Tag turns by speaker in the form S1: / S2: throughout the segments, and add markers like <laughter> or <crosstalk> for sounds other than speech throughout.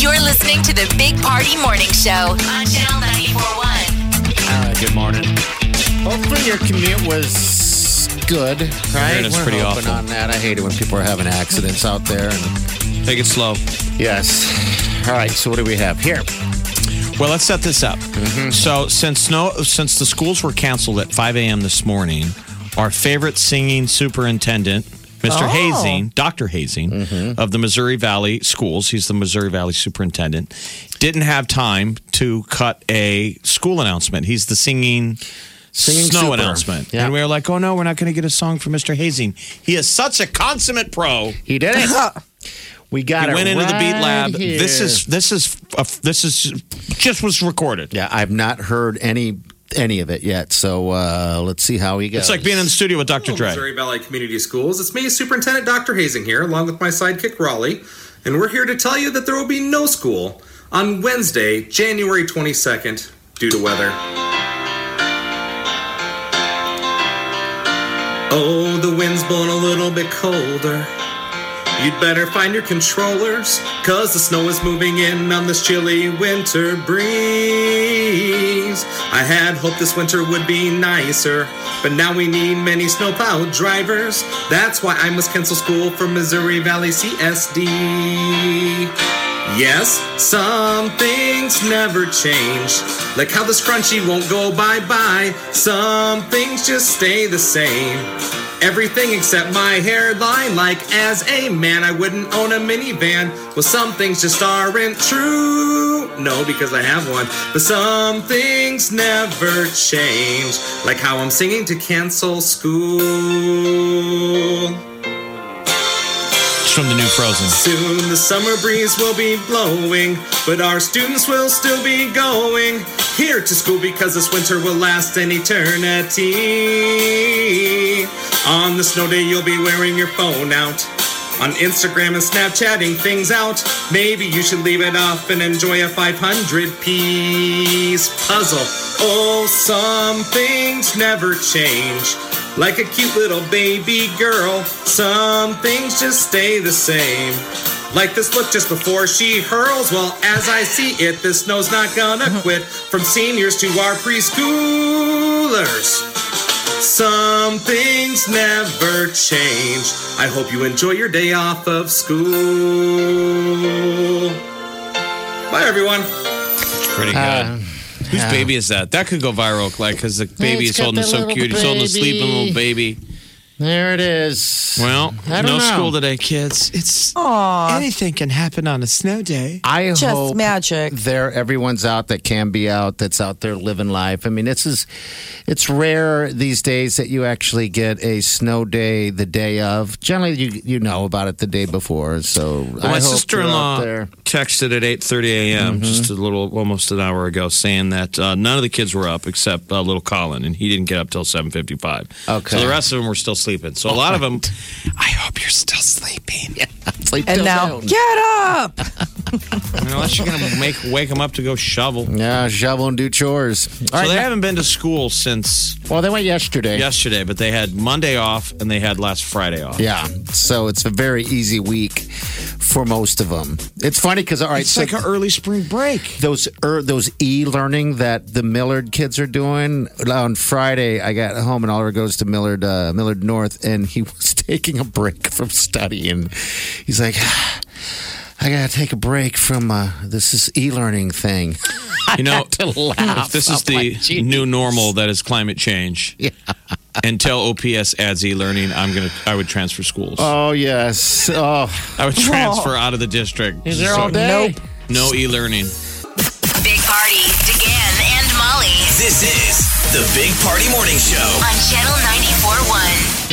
S1: You're listening to the Big Party Morning Show on Channel 941.
S2: Uh, good morning.
S3: Hopefully your commute was good, right?
S2: Mine is
S3: We're
S2: pretty
S3: hoping
S2: awful.
S3: on that. I hate it when people are having accidents out there. And
S2: Take it slow.
S3: yes. All right. So what do we have here?
S2: Well, let's set this up. So, since snow, since the schools were canceled at 5 a.m. this morning, our favorite singing superintendent, Mr. Hazing, Dr. Hazing of the Missouri Valley Schools, he's the Missouri Valley superintendent, didn't have time to cut a school announcement. He's the singing.
S3: Singing
S2: snow
S3: super.
S2: announcement.
S3: Yeah.
S2: And we were like, oh no, we're not going to get a song from Mr. Hazing. He is such a consummate pro.
S3: He did it. We got
S2: He
S3: it.
S2: went into the beat
S3: right
S2: lab.
S3: here.
S2: This is this is uh, this is just was recorded.
S3: Yeah, I've not heard any any of it yet. So uh, let's see how he goes.
S2: It's like being in the studio with Dr.
S4: Hello,
S2: Dre.
S4: Missouri Valley Community Schools. It's me, Superintendent Dr. Hazing here, along with my sidekick Raleigh, and we're here to tell you that there will be no school on Wednesday, January 22nd, due to weather. Oh, the wind's blowing a little bit colder. You'd better find your controllers, cause the snow is moving in on this chilly winter breeze. I had hoped this winter would be nicer, but now we need many snowplow drivers. That's why I must cancel school for Missouri Valley CSD. Yes, some things never change. Like how this crunchy won't go bye bye. Some things just stay the same. Everything except my hairline. Like as a man, I wouldn't own a minivan. Well, some things just aren't true. No, because I have one. But some things never change. Like how I'm singing to cancel school.
S2: It's from the new Frozen.
S4: Soon the summer breeze will be blowing, but our students will still be going here to school because this winter will last an eternity. On the snow day, you'll be wearing your phone out. On Instagram and Snapchatting things out. Maybe you should leave it off and enjoy a 500 piece puzzle. Oh, some things never change. Like a cute little baby girl, some things just stay the same. Like this look just before she hurls. Well, as I see it, this snow's not gonna quit. From seniors to our preschoolers, some things never change. I hope you enjoy your day off of school. Bye, everyone.
S2: It's pretty good. Whose baby is that? That could go viral, like, because the baby
S3: Uh, it's
S2: is
S3: got
S2: holding
S3: that
S2: so
S3: little
S2: cute. He's holding a
S3: baby.
S2: sleeping little baby.
S3: There it is.
S2: Well,
S3: I
S2: no
S3: don't know.
S2: school today, kids. It's
S5: Aw,
S2: anything can happen on a snow day.
S3: I
S5: just
S3: hope
S5: magic.
S3: there everyone's out that can be out that's out there living life i mean this is it's rare these days that you actually get a snow day the day of generally you you know about it the day before so I
S2: my
S3: hope you're out
S2: sister-in-law
S3: there. Mm-hmm.
S2: texted at 8:30 a.m. just a little, almost an hour ago, saying that uh, none of the kids were up except uh, little Colin, and he didn't get up till 7:55.
S3: Okay.
S2: so the rest of them were still sleeping. So a lot of
S3: <laughs>
S2: them, I hope you're still sleeping.
S3: It's like
S5: And
S3: till
S5: now,
S3: noon.
S5: get up.
S2: I mean, unless you're gonna make wake them up to go shovel.
S3: yeah shovel and do chores all
S2: So
S3: right
S2: they haven't been to school since
S3: well they went yesterday
S2: yesterday, but they had Monday off and they had last Friday off.
S3: yeah so it's a very easy week for most of them it's funny because all right
S2: It's
S3: so
S2: like an early spring
S3: <laughs>
S2: break.
S3: those er, those e learning that the Millard kids are doing on Friday. I got home and Oliver goes to Millard uh, Millard North, and he <laughs> was taking a break from studying. He's like, "Ah, I gotta take a break from uh, this is e learning thing. <laughs>
S2: You know,
S3: to laugh.
S2: <laughs> if Oh. this is
S3: I'm
S2: the
S3: like, "Geez."
S2: new normal that is climate change, <laughs> until OPS adds e-learning, I'm gonna I would transfer schools.
S3: Oh yes, oh
S2: I would transfer out of the district.
S3: he's there all
S2: So,
S3: day.
S2: No e-learning.
S1: Big Party, DeGan and Molly
S6: This is the Big Party Morning Show.
S1: on Channel 941.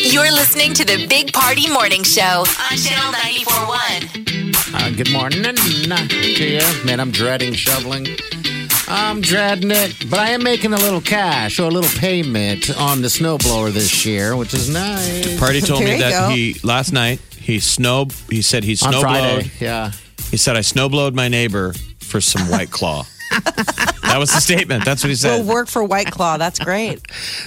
S1: You're listening to the Big Party Morning Show on Channel 941.
S3: Uh, good morning to you. Man, I'm dreading shoveling. I'm dreading it, but I am making a little cash or a little payment on the snowblower this year, which is nice.
S2: Party told
S5: There
S2: me
S5: you go.
S2: that he last night he snow he said he
S3: On Friday,
S2: snowblowed.
S3: yeah.
S2: He said I snowblowed my neighbor for some
S3: <laughs>
S2: white claw. that was the statement. That's what he
S5: Go
S2: said.
S5: work for White Claw. <laughs> That's great.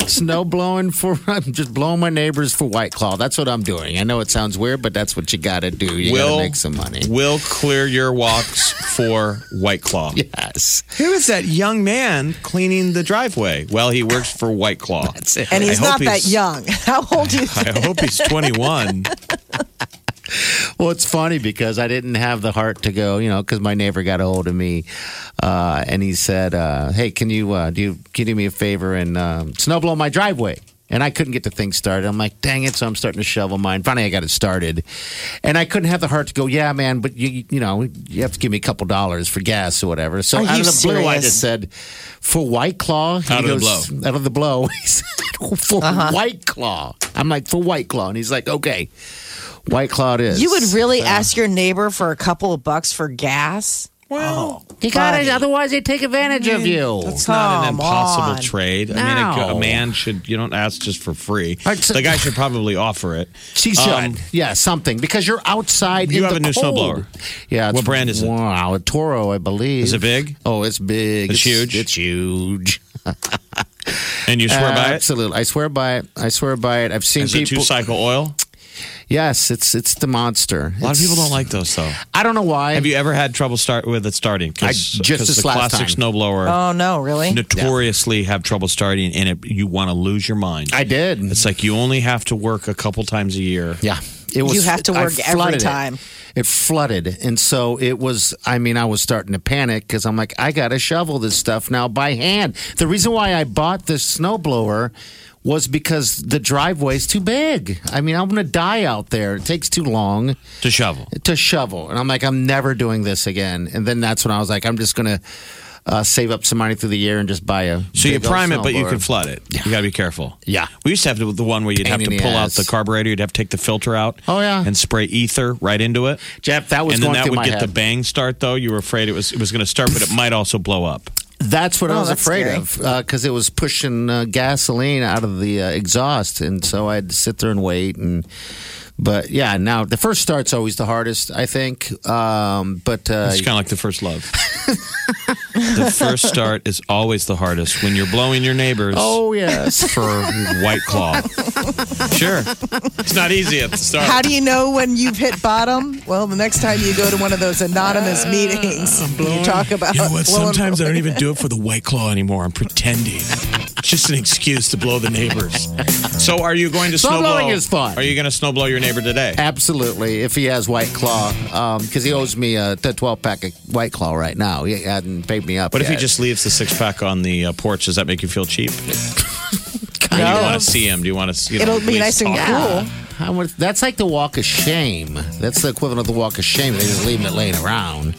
S3: Snow blowing for, <laughs> I'm just blowing my neighbors for White Claw. That's what I'm doing. I know it sounds weird, but that's what you got to do. You got to make some money. <laughs>
S2: Will clear your walks for White <laughs> Claw.
S3: Yes.
S2: Who is that young man cleaning the driveway? Well, he works for White Claw. That's it.
S5: And
S2: I
S5: he's
S2: hope
S5: not that
S2: he's-
S5: young. How old do you think?
S2: I hope he's <laughs> 21.
S3: Well, it's funny because I didn't have the heart to go, you know, because my neighbor got a hold of me, uh, and he said, uh, "Hey, can you uh, do you can you do me a favor and um, snowblow my driveway?" And I couldn't get the thing started. I'm like, "Dang it!" So I'm starting to shovel mine. Finally, I got it started, and I couldn't have the heart to go, "Yeah, man," but you you know you have to give me a couple dollars for gas or whatever. So
S5: Are
S3: out
S5: you
S3: of the blue, I
S5: serious?
S3: just said, "For White Claw." He
S2: Out of the
S3: blow. Out of the blow. <laughs> He said, "For
S5: Uh-huh.
S3: White Claw." I'm like, "For White Claw," and he's like, "Okay." White Claw it is.
S5: You would really ask your neighbor for a couple of bucks for gas? Oh,
S2: Well,
S3: You got it.
S5: Buddy.
S3: Otherwise, they take advantage of you.
S2: it's not
S5: Come
S2: an impossible
S5: on.
S2: trade. I mean, a, g-
S3: No.
S2: a man should, you don't ask just for free.
S3: All right, so-
S2: the guy should probably offer it.
S3: She
S2: Um,
S3: should. yeah, something. Because you're outside.
S2: You
S3: in
S2: have
S3: the
S2: a new
S3: cold.
S2: snowblower.
S3: Yeah. it's-
S2: What brand is it?
S3: Wow, a Toro, I believe.
S2: Is it big?
S3: Oh, it's big.
S2: It's huge?
S3: It's huge.
S2: And you swear by it?
S3: Absolutely. I swear by it. I swear by it. I've seen
S2: Is it two
S3: people.
S2: cycle oil?
S3: yes, it's it's the monster.
S2: A lot of people don't like those, though.
S3: I don't know why.
S2: Have you ever had trouble start with it starting?
S3: I-
S2: 'Cause-
S3: just
S2: 'cause
S3: this
S2: the
S3: last
S2: classic
S3: time.
S2: snowblower
S5: Oh, no, really?
S2: notoriously have trouble starting, and it, you want to lose your mind.
S3: I did.
S2: It's like you only have to work a couple times a year.
S3: Yeah. It was
S5: You have to
S3: I
S5: work every
S3: flooded it.
S5: time.
S3: It. flooded. And so it was I mean, I was starting to panic because I'm like, I gotta shovel this stuff now by hand. The reason why I bought this snowblower was because the driveway's too big. I mean, I'm gonna die out there. It takes too long
S2: To shovel.
S3: to shovel. And I'm like, I'm never doing this again. And then that's when I was like, I'm just gonna uh, save up some money through the year and just buy a
S2: So you
S3: big old
S2: prime it, but you
S3: snowblower.
S2: can flood it. You gotta be careful.
S3: Yeah.
S2: we used to have to, the one where you'd
S3: Pain
S2: have to
S3: in the
S2: pull
S3: ass.
S2: out the carburetor. You'd have to take the filter out.
S3: Oh, yeah.
S2: and spray ether right into it.
S3: Jeff, that was
S2: and then
S3: going
S2: that
S3: through
S2: would
S3: my
S2: get
S3: head.
S2: the bang start. Though you were afraid it was it was going to start, but it might also blow up.
S3: That's what I
S5: Oh,
S3: was
S5: that's
S3: afraid
S5: scary.
S3: of because it was pushing uh, gasoline out of the uh, exhaust, and so I had to sit there and wait. And but yeah, now the first start's always the hardest, I think. Um, but uh,
S2: It's kind of like the
S3: <laughs>
S2: first love. the first start is always the hardest when you're blowing your neighbors
S3: oh yes, <laughs>
S2: for white claw. sure, it's not easy at the start.
S5: How do you know when you've hit bottom? Well, the next time you go to one of those anonymous meetings, Uh, you talk about
S2: You know what?
S5: blowing-
S2: Sometimes I don't even do it for the white claw anymore. I'm pretending. It's just an excuse to blow
S3: <laughs>
S2: the neighbors. So, are you going to
S3: Snow
S2: snowblow?
S3: blowing is fun.
S2: Are you going to snowblow your neighbor today?
S3: absolutely. If he has White Claw, because he owes me a twelve pack of White Claw right now, he hadn't paid me up.
S2: What if he
S3: yet.
S2: just leaves the six pack on the uh, porch? Does that make you feel
S3: <laughs>
S2: cheap? Do you
S5: No.
S2: want to see him? Do you want to? You know,
S5: It'll be
S2: at
S5: nice
S2: least
S5: and
S2: talk?
S5: cool.
S3: I would, Ah, that's like the walk of shame. That's the equivalent of the walk of shame. They just leaving it laying around.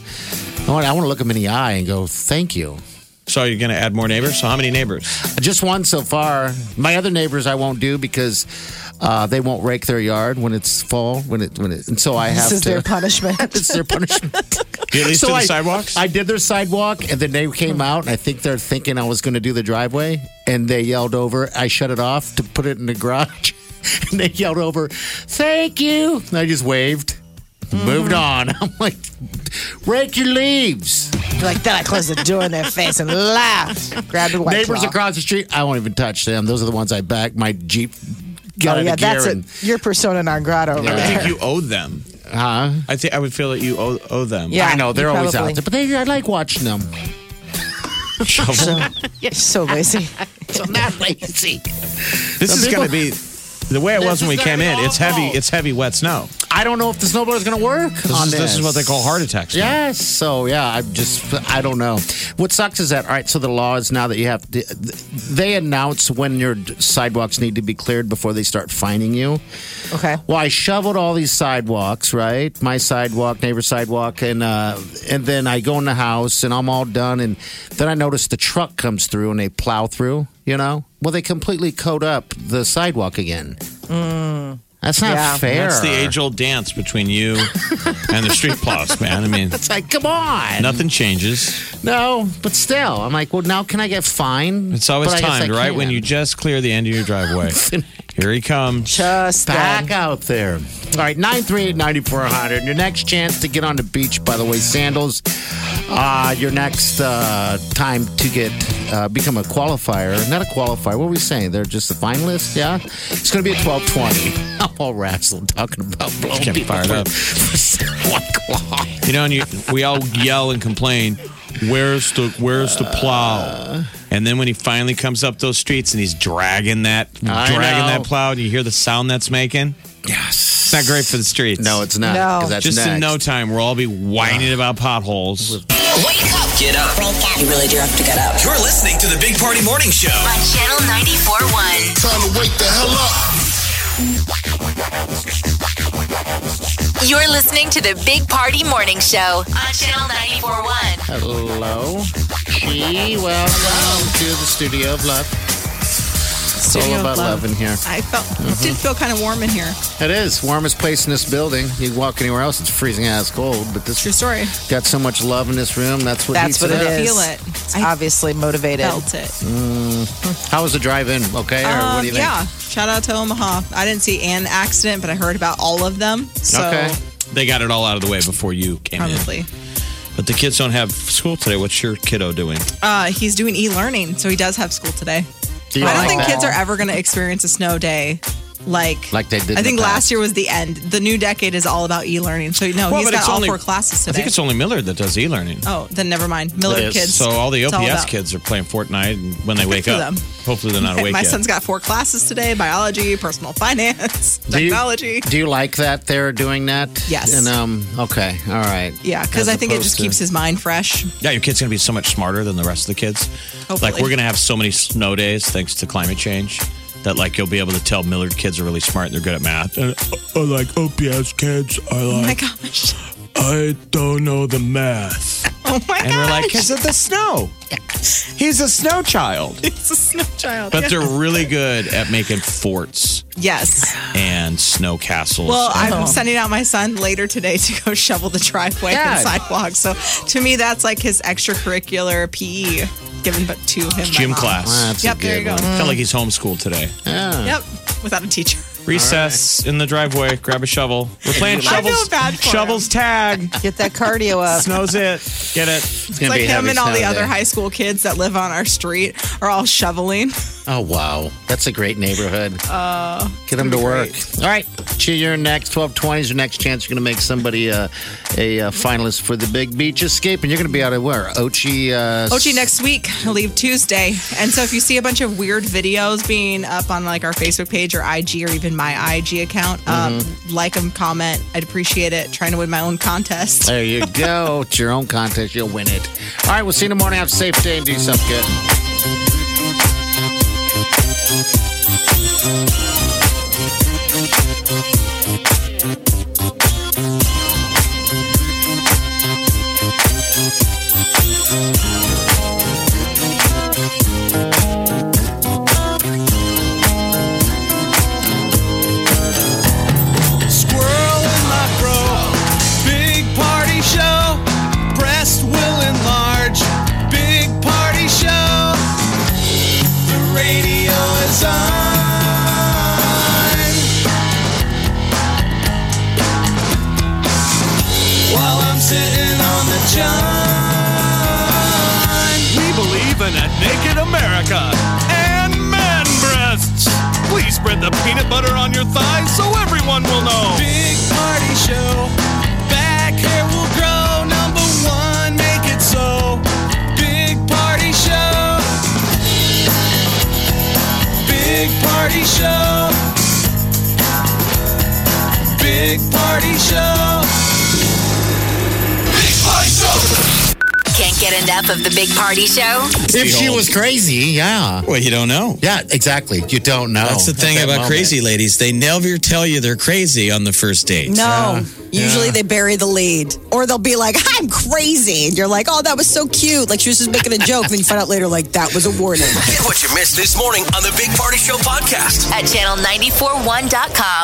S3: I want, I want to look him in the eye and go, "Thank you."
S2: So, you're going to add more neighbors? So, how many neighbors?
S3: Just one so far. My other neighbors I won't do because uh, they won't rake their yard when it's fall. When it when it and so I
S5: <laughs>
S3: have
S5: This is
S3: to. <laughs>
S5: their <laughs> punishment.
S3: it's
S5: <laughs>
S3: their punishment.
S2: Do you at least
S3: so
S2: do the
S3: I,
S2: sidewalks?
S3: I did their sidewalk, and then they came
S5: Hmm.
S3: out, and I think they're thinking I was going to do the driveway, and they yelled over. I shut it off to put it in the garage, <laughs> and they yelled over, "Thank you!"
S5: Hmm.
S3: <laughs> And I just waved, moved on. I'm like, rake your leaves.
S5: like, then I closed the door in their face and laughed. Grabbed a white
S3: Neighbors
S5: claw.
S3: across the street, I won't even touch them. Those are the ones I back. My Jeep got
S5: Oh,
S3: out
S5: yeah,
S3: of gear.
S5: that's
S3: and,
S5: it. Your persona non grata over
S2: I
S5: there.
S2: think you owe them.
S3: huh?
S2: I think I would feel that you owe, owe them.
S5: Yeah.
S3: I know they're
S5: you
S3: always
S5: probably-
S3: out there, but they, I like watching
S5: <laughs>
S3: them.
S2: <laughs> Shovel.
S5: You're so lazy.
S3: So not lazy.
S2: This is
S3: people-
S2: going to be the way it was when we
S3: is gonna
S2: came
S3: be
S2: in. It's
S3: awful.
S2: heavy. It's heavy wet snow.
S3: I don't know if the snowboard is going to work
S2: This,
S3: on
S2: is,
S3: this.
S2: this is what they call heart attacks. now.
S3: <laughs> Yes. So yeah, I just I don't know. What sucks is that all right. So the law is now that you have to, they announce when your sidewalks need to be cleared before they start fining you.
S5: <laughs> Okay.
S3: Well, I shoveled all these sidewalks, right? My sidewalk, neighbor's sidewalk, and uh, and then I go in the house and I'm all done, and then I notice the truck comes through and they plow through. You know, well they completely coat up the sidewalk again. That's not
S5: Yeah.
S3: fair.
S2: That's the age-old dance between you and the street plows, man. I mean,
S3: It's like, come on.
S2: nothing changes.
S3: No, but still, I'm like, well, now can I get fined?
S2: It's always
S3: But I guess
S2: timed,
S3: I
S2: right?
S3: can.
S2: When you just clear the end of your driveway. Here he comes.
S5: Just
S3: back
S5: then.
S3: out there. All right, 938 9400. Your next chance to get on the beach, by the way, sandals. Uh, your next uh, time to get uh, become a qualifier. Not a qualifier. What were we saying? They're just a finalist? Yeah? It's going to be at 1220. <laughs> I'm all razzled talking about blowing
S2: Getting
S3: people
S2: fired
S3: for-
S2: up.
S3: for sidewalk law.
S2: You know, and you, we all yell and complain. Where's the Where's the plow? And then when he finally comes up those streets and he's dragging that
S3: I
S2: dragging
S3: know.
S2: that plow, do you hear the sound that's making?
S3: Yes.
S2: It's not great for the streets.
S3: <laughs> No, it's not.
S5: No.
S3: 'cause that's
S2: just
S3: next.
S2: in no time we'll all be whining about potholes.
S1: Wake up
S6: Get up.
S7: You really do have to get up.
S6: You're listening to the Big Party Morning Show.
S1: on Channel 94.1.
S8: Time to wake the hell up.
S1: You're listening to the Big Party Morning Show on Channel 94.1.
S3: Hello. Gee, welcome to the studio of love. It's all about love. Mm-hmm. in here.
S9: I felt it did feel kind of warm in here.
S3: It is warmest place in this building. You walk anywhere else, it's freezing ass cold. But this
S9: True story.
S3: got so much love in this room. That's what.
S5: That's
S3: heats
S5: what
S3: it
S5: it
S3: up.
S5: is.
S9: Feel it. I
S5: Obviously motivated.
S9: felt it.
S3: How was the drive-in? Okay, or what
S9: Um,
S3: do you think?
S9: yeah. Shout out to Omaha. I didn't see an accident, but I heard about all of them. So
S3: Okay.
S2: They got it all out of the way before you came in.
S9: probably.
S2: But the kids don't have school today. What's your kiddo doing?
S9: Uh, he's doing e-learning, so he does have school today.
S3: Do you
S9: I don't
S3: like
S9: think
S3: that?
S9: kids are ever going to experience a snow day like
S3: Like they did in
S9: I
S3: the
S9: think
S3: past.
S9: last year was the end. The new decade is all about e-learning. So no,
S2: Well,
S9: he's
S2: but
S9: got
S2: it's
S9: all
S2: only-
S9: four classes today.
S2: I think it's only Millard that does e-learning.
S9: oh, then never mind. Miller
S3: It is.
S9: kids.
S2: So all the
S9: It's
S2: OPS
S9: about-
S2: kids are playing Fortnite and when they wake
S9: for
S2: up.
S9: them.
S2: Hopefully they're not awake
S9: <laughs> My
S2: yet.
S9: son's got four classes today: biology, personal finance,
S3: Do you-
S9: technology.
S3: Do you like that they're doing that?
S9: Yes.
S3: And um, okay, all right.
S9: Yeah,
S3: As
S9: because I think it
S3: opposed
S9: just
S3: to-
S9: keeps his mind fresh.
S2: yeah, your kid's going to be so much smarter than the rest of the kids.
S9: Hopefully.
S2: Like we're going to have so many snow days thanks to climate change that like you'll be able to tell Millard kids are really smart and they're good at math. And
S7: I like OPS kids. I
S9: Oh my
S7: like.
S9: gosh! <laughs>
S7: I don't know the math.
S9: Oh my gosh!
S2: we're like, because of the snow. He's a snow child.
S9: it's a snow child.
S2: But
S9: <laughs> Yeah.
S2: they're really good at making forts
S9: yes.
S2: and snow castles. Oh.
S9: Well,
S2: and-
S9: I'm sending out my son later today to go <laughs> shovel the driveway
S3: Yeah.
S9: and sidewalk. So to me, that's like his extracurricular PE given but to him.
S2: gym
S9: by mom.
S2: class.
S3: That's a
S9: Yep, there
S3: good
S9: you go.
S3: one.
S2: Felt like he's homeschooled today.
S9: Yep, without a teacher.
S2: Recess in the driveway. Grab a shovel. We're playing
S9: I feel
S2: shovels.
S9: bad for
S2: shovels tag.
S5: Get that cardio up.
S2: Snows it. Get it.
S3: It's gonna
S9: Like
S3: be a
S9: him
S3: heavy
S9: and all the
S3: snow
S9: other
S3: day.
S9: high school kids that live on our street are all shoveling.
S3: Oh wow, that's a great neighborhood. Uh, Get them to work. All right, Chi, you're next. Twelve twenty is your next chance. You're going to make somebody uh, a uh, finalist for the Big Beach Escape, and you're going to be out of where? Ochi. Uh,
S9: Ochi next week. I leave Tuesday. And so if you see a bunch of weird videos being up on like our Facebook page or IG or even my IG account, um, like them, comment. I'd appreciate it. Trying to win my own contest.
S3: There
S9: <laughs>
S3: you go. it's your own contest. You'll win it. All right, we'll see you in the morning. Have a safe day and do something good.
S7: Squirrel in my bro. Big party show. Breast will enlarge. Big party show. The radio is on. While I'm sitting on the john.
S2: Naked America and man breasts. Please spread the peanut butter on your thighs so everyone will know. Big party show. Back hair will grow. Number one, make it so. Big party show. Big party show. Big party show. Big party show.
S1: Can't get enough of the Big Party Show?
S3: If she was crazy, yeah.
S10: Well, you don't know.
S3: Yeah, exactly. You don't know.
S10: That's the
S3: at
S10: thing
S3: that
S10: about
S3: moment.
S10: crazy ladies. They never tell you they're crazy on the first date.
S9: No. Usually they bury the lead. Or they'll be like, I'm crazy. And you're like, oh, that was so cute. Like she was just making a joke. then you find out later, like, that was a warning.
S4: Get what you missed this morning on the Big Party Show podcast.
S1: At channel941.com.